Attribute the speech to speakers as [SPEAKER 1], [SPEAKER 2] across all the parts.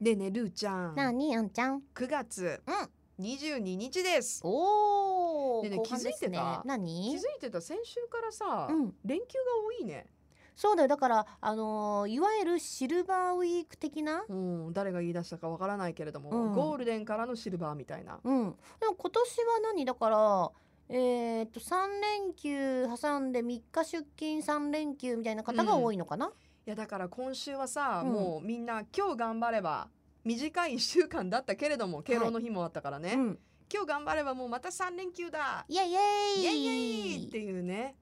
[SPEAKER 1] でねルーちゃん
[SPEAKER 2] なあにあんちゃん。
[SPEAKER 1] 9月
[SPEAKER 2] うん
[SPEAKER 1] 22日です、
[SPEAKER 2] おお、
[SPEAKER 1] ねえねえ
[SPEAKER 2] 後半です
[SPEAKER 1] 気づいてた気
[SPEAKER 2] 何
[SPEAKER 1] づ？いてた先週からさ、
[SPEAKER 2] うん、
[SPEAKER 1] 連休が多いね、
[SPEAKER 2] そうだよ。だからあのーいわゆるシルバーウィーク的な。
[SPEAKER 1] うん、誰が言い出したかわからないけれども、
[SPEAKER 2] うん
[SPEAKER 1] ゴールデンからのシルバーみたいな
[SPEAKER 2] うん。でも今年は何だから。えーっと3連休挟んで3日出勤3連休みたいな方が多いのかな、
[SPEAKER 1] いやだから今週はさ、
[SPEAKER 2] うん
[SPEAKER 1] もうみんな今日頑張れば短い1週間だったけれども敬老の日もあったからね、
[SPEAKER 2] うん
[SPEAKER 1] 今日頑張ればもうまた3連休だ
[SPEAKER 2] イエイイ
[SPEAKER 1] イ
[SPEAKER 2] エ
[SPEAKER 1] エ
[SPEAKER 2] イ
[SPEAKER 1] イイエイっていうね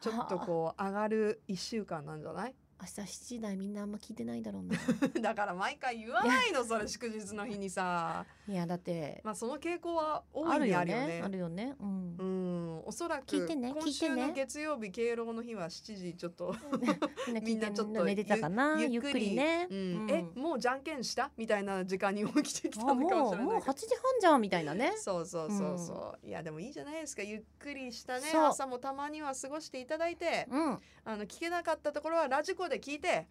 [SPEAKER 1] ちょっとこう上がる1週間なんじゃない
[SPEAKER 2] 明日7時台みんなあんま聞いてないだろうな
[SPEAKER 1] だから毎回言わないのそれ祝日の日にさ
[SPEAKER 2] いやだって
[SPEAKER 1] まあその傾向は大いにあるよね
[SPEAKER 2] あるよねうん
[SPEAKER 1] うんおそらく
[SPEAKER 2] 聞いてね
[SPEAKER 1] 今週
[SPEAKER 2] 聞いて
[SPEAKER 1] の
[SPEAKER 2] ね
[SPEAKER 1] 月曜日敬老の日は7時ちょっと、み
[SPEAKER 2] み
[SPEAKER 1] ん
[SPEAKER 2] ん
[SPEAKER 1] な
[SPEAKER 2] な
[SPEAKER 1] ち
[SPEAKER 2] ち
[SPEAKER 1] ょ
[SPEAKER 2] ょ
[SPEAKER 1] っ
[SPEAKER 2] っ
[SPEAKER 1] と
[SPEAKER 2] と寝てたかな
[SPEAKER 1] ゆ
[SPEAKER 2] ゆ
[SPEAKER 1] っ
[SPEAKER 2] っ
[SPEAKER 1] く
[SPEAKER 2] く
[SPEAKER 1] り
[SPEAKER 2] りね
[SPEAKER 1] うん
[SPEAKER 2] うん
[SPEAKER 1] えもうじゃんけんしたみたいな時間に起きてきた
[SPEAKER 2] あ
[SPEAKER 1] のかも
[SPEAKER 2] も
[SPEAKER 1] し
[SPEAKER 2] う
[SPEAKER 1] れ
[SPEAKER 2] も
[SPEAKER 1] な
[SPEAKER 2] う
[SPEAKER 1] いけ
[SPEAKER 2] 8
[SPEAKER 1] ど
[SPEAKER 2] 時半じゃんみたいなね
[SPEAKER 1] そうそうそうそう、いやでもいいじゃないですかゆっくりしたね
[SPEAKER 2] そう
[SPEAKER 1] 朝もたまには過ごしていただいて
[SPEAKER 2] うん
[SPEAKER 1] あの聞けなかったところはラジコで聞いて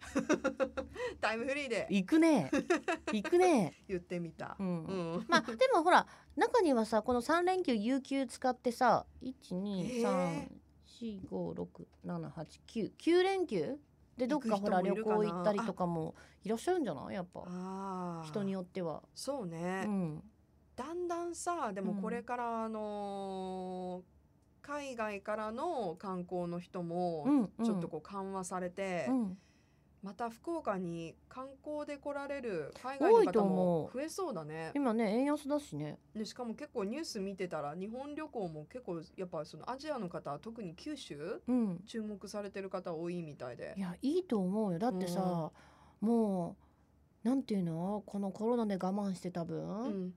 [SPEAKER 1] タイムフリーで
[SPEAKER 2] 行く ね行くね
[SPEAKER 1] 言ってみた
[SPEAKER 2] う。、
[SPEAKER 1] うんん
[SPEAKER 2] まあでもほら中にはさこの3連休有給使ってさ
[SPEAKER 1] へ
[SPEAKER 2] 123456789連休でどっかほら
[SPEAKER 1] 行
[SPEAKER 2] 旅
[SPEAKER 1] く人もい
[SPEAKER 2] 行
[SPEAKER 1] るかな
[SPEAKER 2] 行ったりとかもいらっしゃるんじゃないやっぱ
[SPEAKER 1] あー
[SPEAKER 2] 人によっては。
[SPEAKER 1] そう
[SPEAKER 2] う
[SPEAKER 1] ね、
[SPEAKER 2] ん、
[SPEAKER 1] だんだんさでも
[SPEAKER 2] うん
[SPEAKER 1] これからあのー海外からの観光の人
[SPEAKER 2] う
[SPEAKER 1] も
[SPEAKER 2] んうん
[SPEAKER 1] ちょっとこう緩和されて、
[SPEAKER 2] うん
[SPEAKER 1] また福岡に観光で来られる海
[SPEAKER 2] 多
[SPEAKER 1] 外の
[SPEAKER 2] いと
[SPEAKER 1] 方
[SPEAKER 2] 思
[SPEAKER 1] も
[SPEAKER 2] う
[SPEAKER 1] 増えそうだね。
[SPEAKER 2] 今ね円安だしね
[SPEAKER 1] でしかも結構ニュース見てたら日本旅行も結構やっぱそのアジアの方特に九州
[SPEAKER 2] うん
[SPEAKER 1] 注目されてる方多いみたいで
[SPEAKER 2] いやいいと思うよだってさ、もうなんていうのこのコロナで我慢してた分、
[SPEAKER 1] うん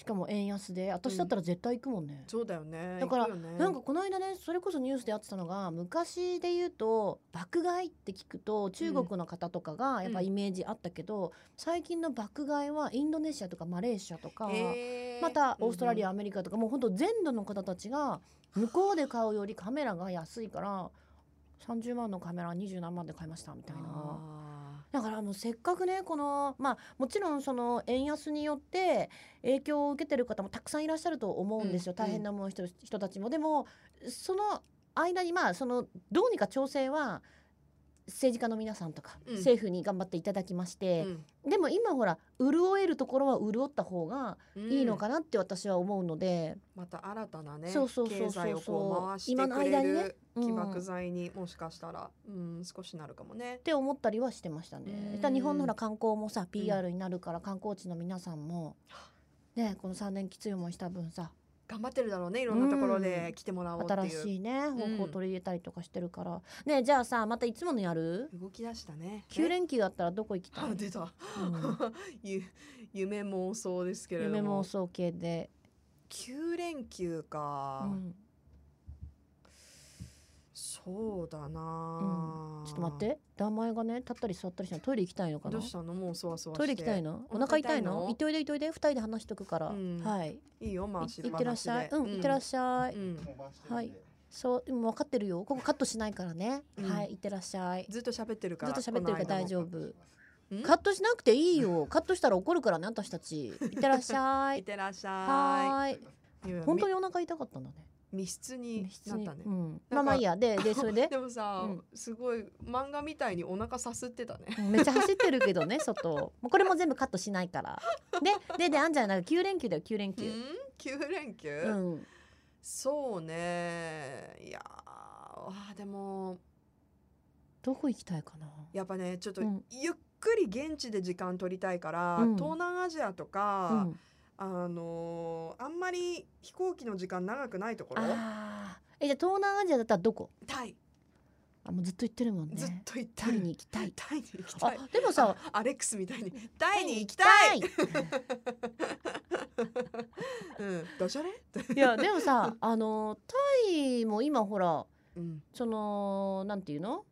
[SPEAKER 2] しかも円安で私だったら絶対行くもんね、
[SPEAKER 1] そうだよね
[SPEAKER 2] だから
[SPEAKER 1] 行くよね
[SPEAKER 2] なんかこの間ねそれこそニュースでやってたのが昔で言うと爆買いって聞くと中国の方とかがやっぱ
[SPEAKER 1] うん
[SPEAKER 2] イメージあったけど、最近の爆買いはインドネシアとかマレーシアとか、
[SPEAKER 1] へー
[SPEAKER 2] またオーストラリア、
[SPEAKER 1] うん
[SPEAKER 2] アメリカとかもうほんと全土の方たちが向こうで買うよりカメラが安いから30万のカメラ20何万で買いましたみたいな。
[SPEAKER 1] あ
[SPEAKER 2] だからもうせっかくねこのまあもちろんその円安によって影響を受けてる方もたくさんいらっしゃると思うんです
[SPEAKER 1] う
[SPEAKER 2] よ、
[SPEAKER 1] ん
[SPEAKER 2] 大変な思いをしてる人たちもでもその間にまあそのどうにか調整は政治家の皆さんとか、
[SPEAKER 1] うん
[SPEAKER 2] 政府に頑張っていただきまし
[SPEAKER 1] ー
[SPEAKER 2] て、でも今ほら潤えるところは潤った方が
[SPEAKER 1] うん
[SPEAKER 2] いいのかなって私は思うので、
[SPEAKER 1] また新たなね
[SPEAKER 2] そうそうそうそう
[SPEAKER 1] 経済をこう回して
[SPEAKER 2] 今の
[SPEAKER 1] く
[SPEAKER 2] 間
[SPEAKER 1] れ
[SPEAKER 2] にね
[SPEAKER 1] る起
[SPEAKER 2] うん
[SPEAKER 1] 爆剤にもしかしたら、うん、少しなるかもね
[SPEAKER 2] っ。て思ったりはしてましたね。
[SPEAKER 1] うん
[SPEAKER 2] だから日本のほら観光もさ PR になるから観光地の皆さんも、ねこの3年きつい思いした分さ
[SPEAKER 1] 頑張ってるだろうねいろんなところで来てもらおうって
[SPEAKER 2] 新
[SPEAKER 1] いう
[SPEAKER 2] しいね方法
[SPEAKER 1] うん
[SPEAKER 2] 取り入れたりとかしてるから、ねじゃあさまたいつものやる
[SPEAKER 1] 動き出したね。
[SPEAKER 2] 9連休あったらどこ行きたい、
[SPEAKER 1] あ出た、
[SPEAKER 2] うん
[SPEAKER 1] ゆ夢妄想ですけれども
[SPEAKER 2] 夢妄想系で、
[SPEAKER 1] 9連休
[SPEAKER 2] う
[SPEAKER 1] か、
[SPEAKER 2] ん、
[SPEAKER 1] そうだな、
[SPEAKER 2] ちょっと待って名前がね立ったり座ったりしないトイレ行きたいのか
[SPEAKER 1] ど
[SPEAKER 2] な
[SPEAKER 1] うしたのもうそわそわして
[SPEAKER 2] トイレ行きたいの
[SPEAKER 1] お
[SPEAKER 2] お腹
[SPEAKER 1] 腹
[SPEAKER 2] 痛
[SPEAKER 1] 痛
[SPEAKER 2] い
[SPEAKER 1] いの
[SPEAKER 2] の行っておいで行っておいで二人で話しとくから、
[SPEAKER 1] うん
[SPEAKER 2] はいい
[SPEAKER 1] いいよまあ
[SPEAKER 2] 行ってらっしゃいうん行ってらっしゃい、
[SPEAKER 1] うん
[SPEAKER 2] はいそうもう分かってるよここカットしないからね、
[SPEAKER 1] うん
[SPEAKER 2] はい行ってらっしゃい
[SPEAKER 1] ずっと喋ってるか
[SPEAKER 2] ずっ
[SPEAKER 1] ら
[SPEAKER 2] と喋ってるから大丈
[SPEAKER 1] 夫
[SPEAKER 2] 夫
[SPEAKER 1] ん
[SPEAKER 2] カットしなくていいよカットしたら怒るからね私たち行ってらっし ゃ
[SPEAKER 1] い
[SPEAKER 2] い
[SPEAKER 1] ってらっしゃ
[SPEAKER 2] はーい
[SPEAKER 1] いいや
[SPEAKER 2] 本当にお腹痛かったんだね。
[SPEAKER 1] み密室に
[SPEAKER 2] 密室
[SPEAKER 1] なっ
[SPEAKER 2] に
[SPEAKER 1] たね
[SPEAKER 2] う
[SPEAKER 1] な
[SPEAKER 2] ん、まあ
[SPEAKER 1] んか
[SPEAKER 2] まあいいやで でそれで
[SPEAKER 1] でもさ、
[SPEAKER 2] うん
[SPEAKER 1] すごい漫画みたいにお腹さすってたね
[SPEAKER 2] めっちゃ走ってるけどね外もうこれも全部カットしないからででであんじゃんなんか9連休だよ9連
[SPEAKER 1] うん
[SPEAKER 2] 休、
[SPEAKER 1] 9連休、
[SPEAKER 2] うん、
[SPEAKER 1] そうねいやーあーでも
[SPEAKER 2] どこ行きたいかな
[SPEAKER 1] やっぱねちょっと
[SPEAKER 2] うん
[SPEAKER 1] ゆっくり現地で時間取りたいから、
[SPEAKER 2] うん
[SPEAKER 1] 東南アジアと
[SPEAKER 2] う
[SPEAKER 1] か、
[SPEAKER 2] ん、
[SPEAKER 1] あのーあんまり飛行機の時間長くないところ
[SPEAKER 2] あーえじゃあ東南アジアだったらどこ
[SPEAKER 1] タイ
[SPEAKER 2] あもうずっと行ってるもんね
[SPEAKER 1] ずっと行きた
[SPEAKER 2] タ
[SPEAKER 1] い
[SPEAKER 2] イに行き たい
[SPEAKER 1] タイに行き
[SPEAKER 2] あ
[SPEAKER 1] たい
[SPEAKER 2] でもさ
[SPEAKER 1] あアレックスみたいにタイに行きたい、
[SPEAKER 2] 行きたい
[SPEAKER 1] うん、ダジャレ、
[SPEAKER 2] いやでもさあのタイも今ほら
[SPEAKER 1] うん、
[SPEAKER 2] そのなんていうの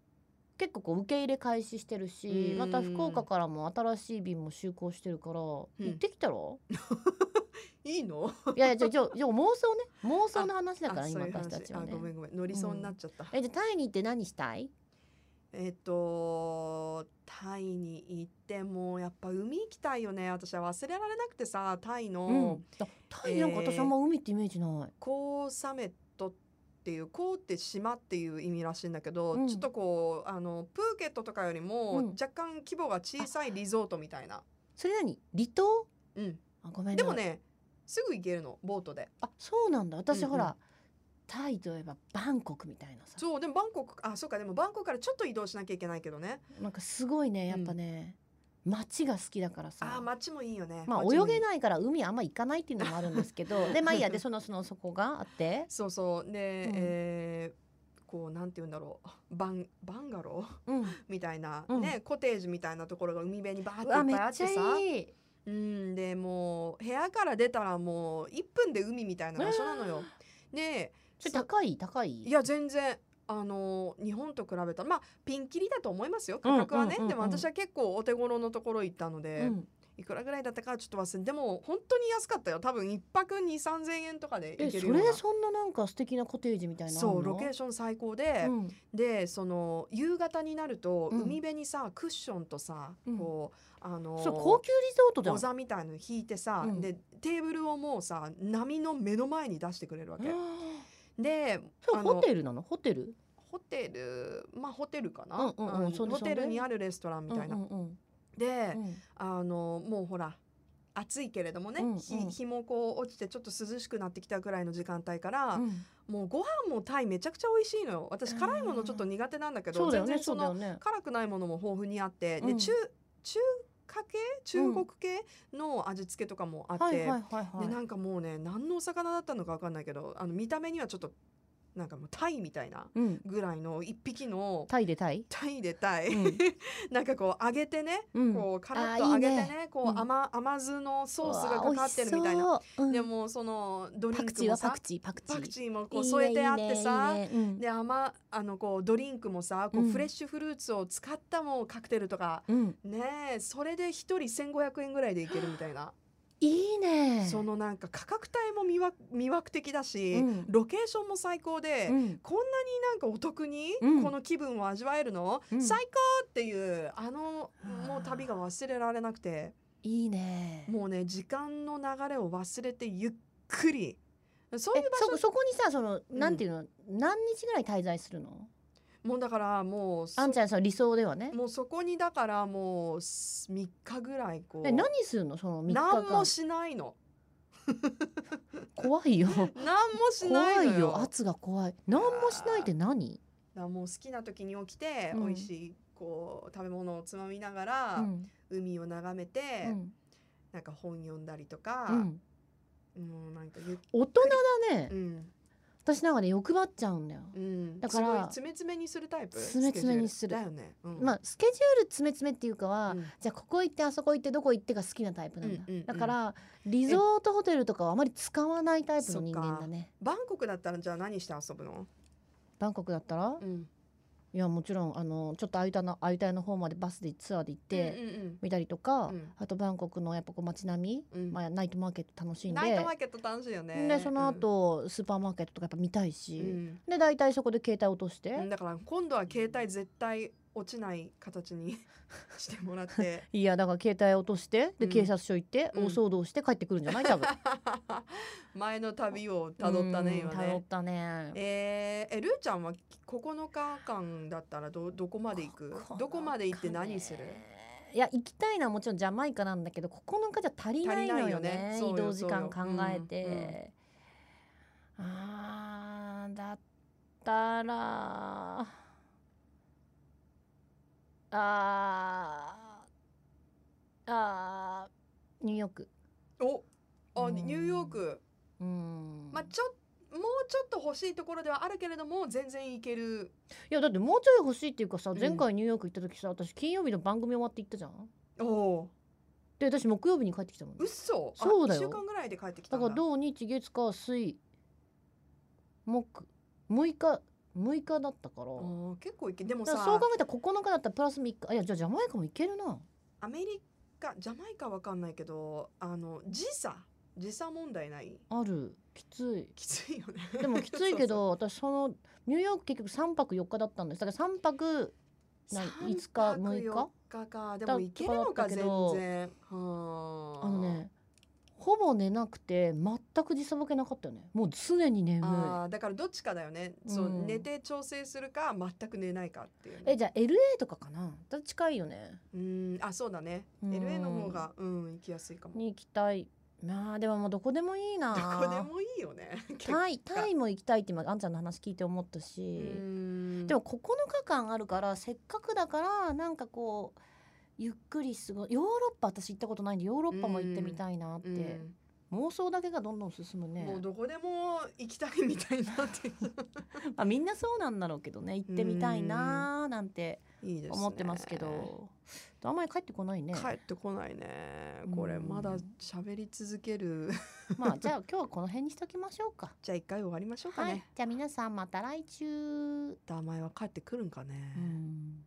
[SPEAKER 2] 結構こう受け入れ開始してるし
[SPEAKER 1] うん
[SPEAKER 2] また福岡からも新しい便も就航してるから、行ってきたら
[SPEAKER 1] いいの
[SPEAKER 2] いやいやじゃあじゃあじゃあ妄想ね妄想の話だから
[SPEAKER 1] あ
[SPEAKER 2] 今
[SPEAKER 1] そういう話
[SPEAKER 2] 私たちはね
[SPEAKER 1] あごめんごめん乗りそうになっちゃった、
[SPEAKER 2] えじゃあタイに行って何したい
[SPEAKER 1] ええっとタイに行ってもうやっぱ海行きたいよね私は忘れられなくてさタイ
[SPEAKER 2] う
[SPEAKER 1] の
[SPEAKER 2] ん、あタイなんか私あんま海ってイメージない、
[SPEAKER 1] コーサメットっていうコーって島っていう意味らしいんだけど、
[SPEAKER 2] うん
[SPEAKER 1] ちょっとこうあのプーケットとかよりも
[SPEAKER 2] うん
[SPEAKER 1] 若干規模が小さいリゾートみたいな、
[SPEAKER 2] それ何離島
[SPEAKER 1] うん、
[SPEAKER 2] あごめんな
[SPEAKER 1] でもねすぐ行けるのボートで
[SPEAKER 2] あそうなんだ私
[SPEAKER 1] うんうん
[SPEAKER 2] ほら、タイといえばバンコクみたいなさ
[SPEAKER 1] そうでもバンコクあそうかでもバンコクからちょっと移動しなきゃいけないけどね
[SPEAKER 2] なんかすごいねやっぱね、街が好きだから
[SPEAKER 1] あ
[SPEAKER 2] さ
[SPEAKER 1] ー街もいいよね
[SPEAKER 2] まあ
[SPEAKER 1] 街
[SPEAKER 2] 泳
[SPEAKER 1] もいい
[SPEAKER 2] げないから海あんま行かないっていうのもあるんですけ どでまあいいやでそのそのそこがあって
[SPEAKER 1] そうそうで、
[SPEAKER 2] うん
[SPEAKER 1] えーこうなんて言うんだろうバンバンガロー
[SPEAKER 2] うん
[SPEAKER 1] みたいな、
[SPEAKER 2] うん
[SPEAKER 1] ねコテージみたいなところが海辺にバーって
[SPEAKER 2] う
[SPEAKER 1] い
[SPEAKER 2] わ
[SPEAKER 1] っ
[SPEAKER 2] めっ
[SPEAKER 1] ぱいあっ
[SPEAKER 2] ち
[SPEAKER 1] てさ
[SPEAKER 2] ゃいい
[SPEAKER 1] うんでもう部屋から出たらもう1分で海みたいな場所なのよ。で
[SPEAKER 2] それ
[SPEAKER 1] そう
[SPEAKER 2] 高い高い
[SPEAKER 1] いや全然あの日本と比べたらまあピンキリだと思いますよ価格はね、
[SPEAKER 2] うんうんうんうん
[SPEAKER 1] でも私は結構お手頃のところ行ったので、
[SPEAKER 2] うん
[SPEAKER 1] いくらぐらいだったかはちょっと忘れでも本当に安かったよ多分1泊2 3千円とかで
[SPEAKER 2] え
[SPEAKER 1] 行け
[SPEAKER 2] そ
[SPEAKER 1] るような
[SPEAKER 2] れそんななんか素敵なコテージみたいなのあん
[SPEAKER 1] そ
[SPEAKER 2] の
[SPEAKER 1] うロケーション最高で、
[SPEAKER 2] うん
[SPEAKER 1] でその夕方になると
[SPEAKER 2] うん
[SPEAKER 1] 海辺にさ、クッションとさ
[SPEAKER 2] うん
[SPEAKER 1] こう、あの
[SPEAKER 2] そう高級リゾートだ
[SPEAKER 1] お座みたいの引いてさ、
[SPEAKER 2] うん
[SPEAKER 1] でテーブルをもうさ波の目の前に出してくれるわけ、
[SPEAKER 2] うん
[SPEAKER 1] で
[SPEAKER 2] そ
[SPEAKER 1] あ
[SPEAKER 2] れ
[SPEAKER 1] の
[SPEAKER 2] ホテルなのホテル
[SPEAKER 1] ホテルまあホテルかな、
[SPEAKER 2] うんうんうんそうね
[SPEAKER 1] ホテル
[SPEAKER 2] そうね
[SPEAKER 1] にあるレストランみたいな、
[SPEAKER 2] うんうん
[SPEAKER 1] で、
[SPEAKER 2] うんうん
[SPEAKER 1] あのもうほら暑いけれどもね、
[SPEAKER 2] うんうん
[SPEAKER 1] ひ日もこう落ちてちょっと涼しくなってきたぐらいの時間帯から、
[SPEAKER 2] うん
[SPEAKER 1] もうご飯もタイめちゃくちゃ美味しいのよ私辛いものちょっと苦手なんだけど、
[SPEAKER 2] そうだよ
[SPEAKER 1] 全
[SPEAKER 2] ね
[SPEAKER 1] 然そ
[SPEAKER 2] そうだ
[SPEAKER 1] の
[SPEAKER 2] よね
[SPEAKER 1] 辛くないものも豊富にあって、
[SPEAKER 2] う
[SPEAKER 1] で
[SPEAKER 2] ん
[SPEAKER 1] 中中華系中国系の味付けとかもあって、
[SPEAKER 2] はいはいはいはい
[SPEAKER 1] でなんかもうね何のお魚だったのか分かんないけどあの見た目にはちょっとなんかもうタイみたいな
[SPEAKER 2] うん
[SPEAKER 1] ぐらいの一匹の
[SPEAKER 2] タイでタイ
[SPEAKER 1] タイでタイ、
[SPEAKER 2] う
[SPEAKER 1] なんかこう揚げてね、
[SPEAKER 2] うん
[SPEAKER 1] こうカラッ
[SPEAKER 2] あー
[SPEAKER 1] と
[SPEAKER 2] い
[SPEAKER 1] 揚
[SPEAKER 2] い
[SPEAKER 1] げ
[SPEAKER 2] ね
[SPEAKER 1] てねこ
[SPEAKER 2] うん
[SPEAKER 1] う甘甘酢のソースがかかってるみたいな。
[SPEAKER 2] な
[SPEAKER 1] でもそのドリ
[SPEAKER 2] パ
[SPEAKER 1] ン
[SPEAKER 2] ク
[SPEAKER 1] ク
[SPEAKER 2] チー
[SPEAKER 1] も
[SPEAKER 2] はパ
[SPEAKER 1] さ
[SPEAKER 2] クチーパクチ
[SPEAKER 1] パク
[SPEAKER 2] ー
[SPEAKER 1] チーもこう添えてあってさ
[SPEAKER 2] いいねいいねいいねうん
[SPEAKER 1] で甘あのこうドリンクもさこ
[SPEAKER 2] う
[SPEAKER 1] うんフレッシュフルーツを使ったもうカクテルとか、
[SPEAKER 2] うん
[SPEAKER 1] ねえそれで一人1,500円ぐらいでいけるみたいな、
[SPEAKER 2] いいね
[SPEAKER 1] そのなんか価格帯も魅惑魅惑的だし、
[SPEAKER 2] うん
[SPEAKER 1] ロケーションも最高で、
[SPEAKER 2] うん
[SPEAKER 1] こんなになんかお得に
[SPEAKER 2] うん
[SPEAKER 1] この気分を味わえるの、
[SPEAKER 2] うん
[SPEAKER 1] 最高っていうあのもう旅が忘れられなくて
[SPEAKER 2] いいね
[SPEAKER 1] もうね時間の流れを忘れてゆっくりそう
[SPEAKER 2] え
[SPEAKER 1] いう場
[SPEAKER 2] そ
[SPEAKER 1] 所
[SPEAKER 2] こそこにさその
[SPEAKER 1] ん
[SPEAKER 2] なんていうの何日ぐらい滞在するの
[SPEAKER 1] もうだからもうそ
[SPEAKER 2] あんちゃんさ理想ではね
[SPEAKER 1] もうそこにだからもうす3日ぐらいこう
[SPEAKER 2] で何するのその3日
[SPEAKER 1] 何も
[SPEAKER 2] 間
[SPEAKER 1] しないの
[SPEAKER 2] 怖いよ
[SPEAKER 1] 何もしな
[SPEAKER 2] 怖
[SPEAKER 1] いのよ
[SPEAKER 2] いよ圧が怖い何もしないって何
[SPEAKER 1] だからもう好きな時に起きて、
[SPEAKER 2] うん
[SPEAKER 1] 美味しいこう食べ物をつまみながら、
[SPEAKER 2] うん
[SPEAKER 1] 海を眺めて、
[SPEAKER 2] うん
[SPEAKER 1] なんか本読んだりとか、
[SPEAKER 2] うん
[SPEAKER 1] もうなんかゆっ
[SPEAKER 2] 大人だね
[SPEAKER 1] うん
[SPEAKER 2] 私なんかね欲張っちゃうんだよ
[SPEAKER 1] うん
[SPEAKER 2] だから
[SPEAKER 1] すごい詰め詰めにするタイプ
[SPEAKER 2] 詰め詰めにする
[SPEAKER 1] スケジュールだよね、うん
[SPEAKER 2] まあスケジュール詰め詰めっていうかは
[SPEAKER 1] うん
[SPEAKER 2] じゃあここ行ってあそこ行ってどこ行ってが好きなタイプなんだ、
[SPEAKER 1] うんうんうん
[SPEAKER 2] だからリゾートホテルとかはあまり使わないタイプの人間だね
[SPEAKER 1] バンコクだったらじゃあ何して遊ぶの、
[SPEAKER 2] バンコクだったら、い
[SPEAKER 1] ん、
[SPEAKER 2] やもちろんあのちょっとアユタのアユタヤの方までバスでツアーで行って、
[SPEAKER 1] うんうん
[SPEAKER 2] 見たりとか、
[SPEAKER 1] うん
[SPEAKER 2] あとバンコクのやっぱこう街並
[SPEAKER 1] うんうん
[SPEAKER 2] み、まあ、ナイトマーケット楽しんで
[SPEAKER 1] ナイトマーケット楽しいよね
[SPEAKER 2] でその後、スーパーマーケットとかやっぱ見たい
[SPEAKER 1] うん
[SPEAKER 2] し、
[SPEAKER 1] うん
[SPEAKER 2] で大体そこで携帯落として、
[SPEAKER 1] うんだから今度は携帯絶対落ちない形にしてもら って
[SPEAKER 2] いやだから携帯落として
[SPEAKER 1] う
[SPEAKER 2] で、
[SPEAKER 1] ん
[SPEAKER 2] 警察署行って、
[SPEAKER 1] うん
[SPEAKER 2] 大騒動して帰ってくるんじゃな い多分
[SPEAKER 1] 前の旅をたどったね
[SPEAKER 2] うん
[SPEAKER 1] 今
[SPEAKER 2] 辿っ
[SPEAKER 1] ね
[SPEAKER 2] たね
[SPEAKER 1] えー、えルーちゃんは9日間だったらどどこまで行くどこまで行って何する
[SPEAKER 2] いや行きたいのはもちろんジャマイカなんだけど9日じゃ足りないのよね
[SPEAKER 1] 足りないよねそうよ
[SPEAKER 2] 移動時間考え
[SPEAKER 1] そうよ
[SPEAKER 2] て、あーだったらあーあーニューヨーク
[SPEAKER 1] おあ
[SPEAKER 2] うん
[SPEAKER 1] ニューヨーク
[SPEAKER 2] うん、
[SPEAKER 1] まあ
[SPEAKER 2] い
[SPEAKER 1] ちょもうちょっと欲しいところではあるけれども全然行ける
[SPEAKER 2] やだってもうちょい欲しいっていうかさ
[SPEAKER 1] ん
[SPEAKER 2] 前回ニューヨーク行った時さ私金曜日の番組終わって行ったじゃん
[SPEAKER 1] おお
[SPEAKER 2] で私木曜日に帰ってきたもん
[SPEAKER 1] うっそ
[SPEAKER 2] そうだよ
[SPEAKER 1] 1週間ぐらいで帰ってきた
[SPEAKER 2] だ
[SPEAKER 1] ん
[SPEAKER 2] か
[SPEAKER 1] だ
[SPEAKER 2] ら土日月火水木6日6日だったから,、
[SPEAKER 1] あー結構行けでも
[SPEAKER 2] だから
[SPEAKER 1] さ
[SPEAKER 2] そう考えたら9日だったらプラス3日あいやじゃあジャマイカも行けるな
[SPEAKER 1] アメリカジャマイカわかんないけどあの時差時差問題ない
[SPEAKER 2] あるきつい
[SPEAKER 1] きついよね
[SPEAKER 2] でもきついけ
[SPEAKER 1] そう
[SPEAKER 2] ど私そのニューヨーク結局3泊4日だったんですだから3泊ない
[SPEAKER 1] 三
[SPEAKER 2] 5日
[SPEAKER 1] 泊
[SPEAKER 2] 6日
[SPEAKER 1] 四日かでも行けるのか
[SPEAKER 2] だった
[SPEAKER 1] 全
[SPEAKER 2] けど
[SPEAKER 1] 然
[SPEAKER 2] あ
[SPEAKER 1] あ
[SPEAKER 2] のねほぼ寝なくて全く時差ボケなかったよねもう常に眠い
[SPEAKER 1] あーだからどっちかだよね、そう
[SPEAKER 2] うん
[SPEAKER 1] 寝て調整するか全く寝ないかっていうね
[SPEAKER 2] えじゃあ LA とかかなだって近いよね
[SPEAKER 1] うんあそうだね、
[SPEAKER 2] うん
[SPEAKER 1] LA の方がうん行きやすいかも
[SPEAKER 2] に行きたいまあでももうどこでもいいな
[SPEAKER 1] どこでもいいよね結構
[SPEAKER 2] タイタイも行きたいって今あんちゃんの話聞いて思った
[SPEAKER 1] う
[SPEAKER 2] し、
[SPEAKER 1] ん
[SPEAKER 2] でも9日間あるからせっかくだからなんかこうゆっくり過ごヨーロッパ私行ったことないんでヨーロッパも行ってみたいなって、
[SPEAKER 1] うん
[SPEAKER 2] 妄想だけがどんどん進むね
[SPEAKER 1] もうどこでも行きたいみたいなっていう
[SPEAKER 2] まあ、みんなそうなんだろうけどね行ってみたいなーなんて
[SPEAKER 1] いいですね
[SPEAKER 2] 思ってますけどあんまり帰ってこないね
[SPEAKER 1] 帰ってこないねこれ
[SPEAKER 2] うん
[SPEAKER 1] まだ喋り続ける
[SPEAKER 2] まあじゃあ今日はこの辺にしときましょうか
[SPEAKER 1] じゃあ一回終わりましょうか
[SPEAKER 2] はい
[SPEAKER 1] ね、
[SPEAKER 2] じゃあ皆さんまた来週、
[SPEAKER 1] 名前は帰ってくるんかね、
[SPEAKER 2] うん